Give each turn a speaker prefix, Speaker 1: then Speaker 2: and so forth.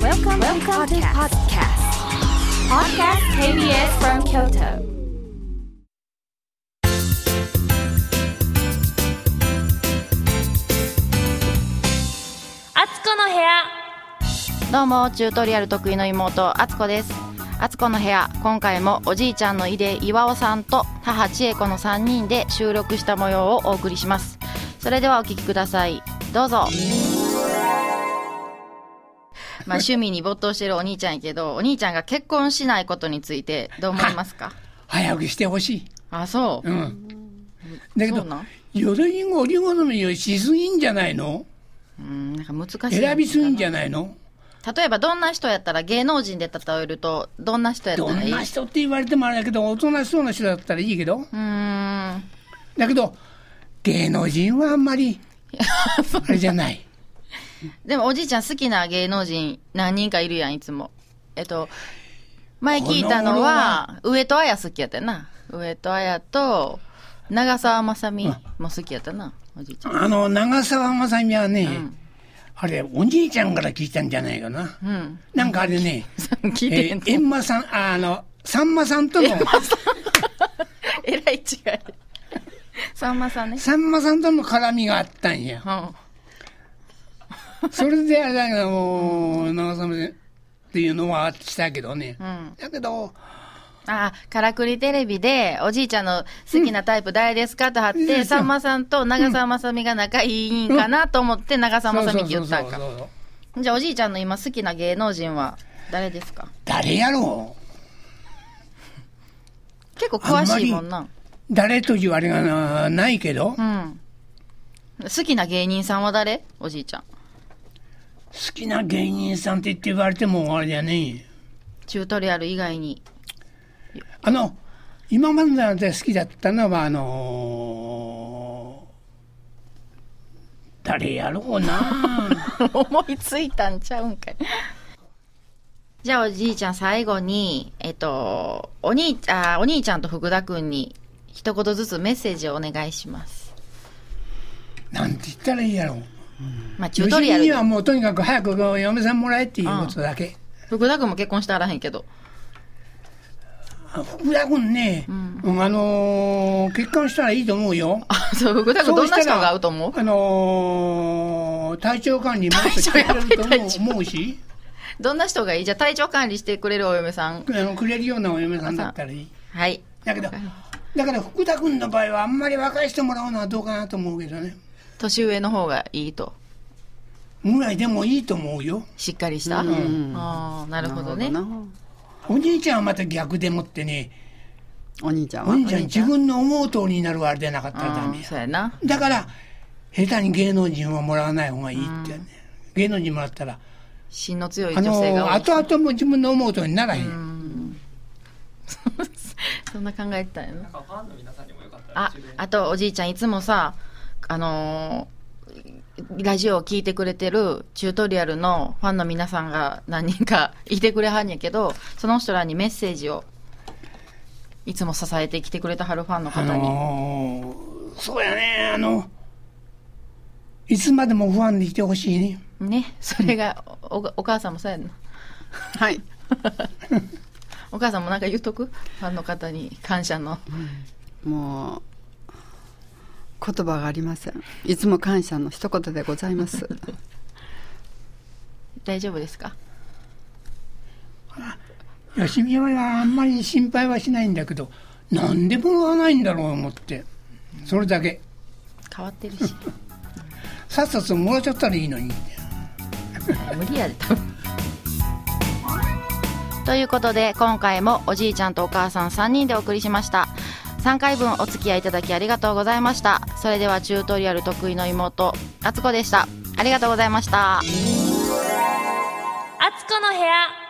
Speaker 1: Welcome, Welcome to podcast. Podcast KBS from Kyoto.
Speaker 2: あつこの部屋
Speaker 3: どうもチュートリアル得意の妹あつこですあつこの部屋今回もおじいちゃんの井出岩尾さんと母千恵子の3人で収録した模様をお送りしますそれではお聞きくださいどうぞ まあ趣味に没頭してるお兄ちゃんやけどお兄ちゃんが結婚しないことについてどう思います か
Speaker 4: 早くしてほしい。
Speaker 3: あそう、
Speaker 4: うん。だけ
Speaker 3: そう
Speaker 4: ど
Speaker 3: なん、
Speaker 4: 夜にごり好みをしすぎんじゃないの
Speaker 3: うん、なんか難しい
Speaker 4: 選びすぎんじゃ
Speaker 3: ない
Speaker 4: ないの
Speaker 3: 例えばどんな人やったら芸能人で例えるとどんな人やった
Speaker 4: ど
Speaker 3: らい
Speaker 4: ん
Speaker 3: い
Speaker 4: な人って言われてもあれだけど、おとなしそうな人だったらいいけど。
Speaker 3: うーん
Speaker 4: だけど、芸能人はあんま り、あれじゃない。
Speaker 3: でもおじいちゃん好きな芸能人何人かいるやん、いつも。えっと、前聞いたのは、上戸彩好きやったよな。上戸彩と、長澤まさみも好きやったな、おじいちゃん。
Speaker 4: あの、長澤まさみはね、
Speaker 3: ん
Speaker 4: あれ、お兄ちゃんから聞いたんじゃないかな。
Speaker 3: うん。
Speaker 4: なんかあれね、
Speaker 3: 聞いて
Speaker 4: え
Speaker 3: へんの
Speaker 4: ー、閻魔さん、あの、さんまさんとの、
Speaker 3: えらい違い。さんまさんね。
Speaker 4: さんまさんとの絡みがあったんや。
Speaker 3: うん。
Speaker 4: それであれだけどもう長澤っていうのはしたけどね、
Speaker 3: ん
Speaker 4: だけど
Speaker 3: あ、からくりテレビで、おじいちゃんの好きなタイプ誰ですかと貼っ
Speaker 4: う
Speaker 3: て、
Speaker 4: ん
Speaker 3: さんまさんと長澤まさみが仲いいんかなと思って、長澤まさみって言ったん
Speaker 4: そう
Speaker 3: か。
Speaker 4: そうそうそう
Speaker 3: じゃあおじいちゃんの今好きな芸能人は誰ですか
Speaker 4: 誰やろう
Speaker 3: 結構詳しいもんな。
Speaker 4: 誰というあれがなないけど、
Speaker 3: う
Speaker 4: 好
Speaker 3: ん。好きな芸人さんは誰おじいちゃん。
Speaker 4: きな芸人さんって言って言われてもあれだよね
Speaker 3: チュートリアル以外に。
Speaker 4: あの今までなんて好きだったのはあのー誰やろ うな
Speaker 3: 思いついたんちゃうんかい。じゃあおじいちゃん最後に、えっと、お兄、あ、お兄ちゃんと福田くんに一言ずつメッセージをお願いします。
Speaker 4: なんて言ったらいいやろう
Speaker 3: まあ、チュート
Speaker 4: 吉
Speaker 3: リア
Speaker 4: 見
Speaker 3: ル
Speaker 4: に
Speaker 3: で
Speaker 4: は。もうとにかく早く嫁さんもらえっていうことだけ、
Speaker 3: 福田くんも結婚してあらへんけど。
Speaker 4: 福田君ね、うんあのー結婚したらいいと思うよ。
Speaker 3: あ、そう、福田くんどんな人が合うと思う
Speaker 4: そしたらあのー体調管理もっとしてくれると
Speaker 3: 体調やばい体
Speaker 4: 思
Speaker 3: 調
Speaker 4: う思うし、
Speaker 3: どんな人がいいじゃあ体調管理してくれるお嫁さん。
Speaker 4: あのくれるようなお嫁さんだったらいい。
Speaker 3: はい。
Speaker 4: だけど、だから福田君の場合はあんまり若い人もらうのはどうかなと思うけどね。
Speaker 3: 年上の方がいいと。
Speaker 4: ぐらいでもいいと思うよ。
Speaker 3: しっかりした。
Speaker 5: ん
Speaker 3: ああ、なるほどね。
Speaker 5: なるほどな
Speaker 4: お兄ちゃんはまた逆でもってね、
Speaker 5: お兄ちゃん
Speaker 4: お
Speaker 5: は
Speaker 4: 兄ちゃん自分の思う通りになるあれでなかったらダメ
Speaker 3: うん
Speaker 4: や。
Speaker 3: そうやな。
Speaker 4: だから、下手に芸能人はもらわない方がいいってね。芸能人もらったら、
Speaker 3: 芯の強い
Speaker 4: あ
Speaker 3: 女
Speaker 4: の
Speaker 3: 性が多い。
Speaker 4: 後々も自分の思うとにならへん、
Speaker 3: そんな考えてたんやな。あ、あとおじいちゃんいつもさ、あのーラジオを聞いてくれてるチュートリアルのファンの皆さんが何人か いてくれはんやけど、その人らにメッセージを、いつも支えてきてくれたはるファンの
Speaker 4: あ
Speaker 3: 方に。
Speaker 4: のーそうやねあのいつまでも不安でいてほしいね
Speaker 3: ね、それがお、おお母さんもそうやな。
Speaker 5: はい
Speaker 3: お母さんもなんか言っとくファンの方に感謝の。
Speaker 5: もう言葉がありませんいつも感謝の一言でございます
Speaker 3: 大丈夫ですか
Speaker 4: 吉見はあんまり心配はしないんだけどなんでもらわないんだろう思ってそれだけ
Speaker 3: 変わってるし。
Speaker 4: さっさともらっちゃったらいいのに
Speaker 3: 無理やで多分ということで今回もおじいちゃんとお母さん3人でお送りしました3回分お付き合いいただきありがとうございましたそれではチュートリアル得意の妹あつこでしたありがとうございました
Speaker 2: あつこの部屋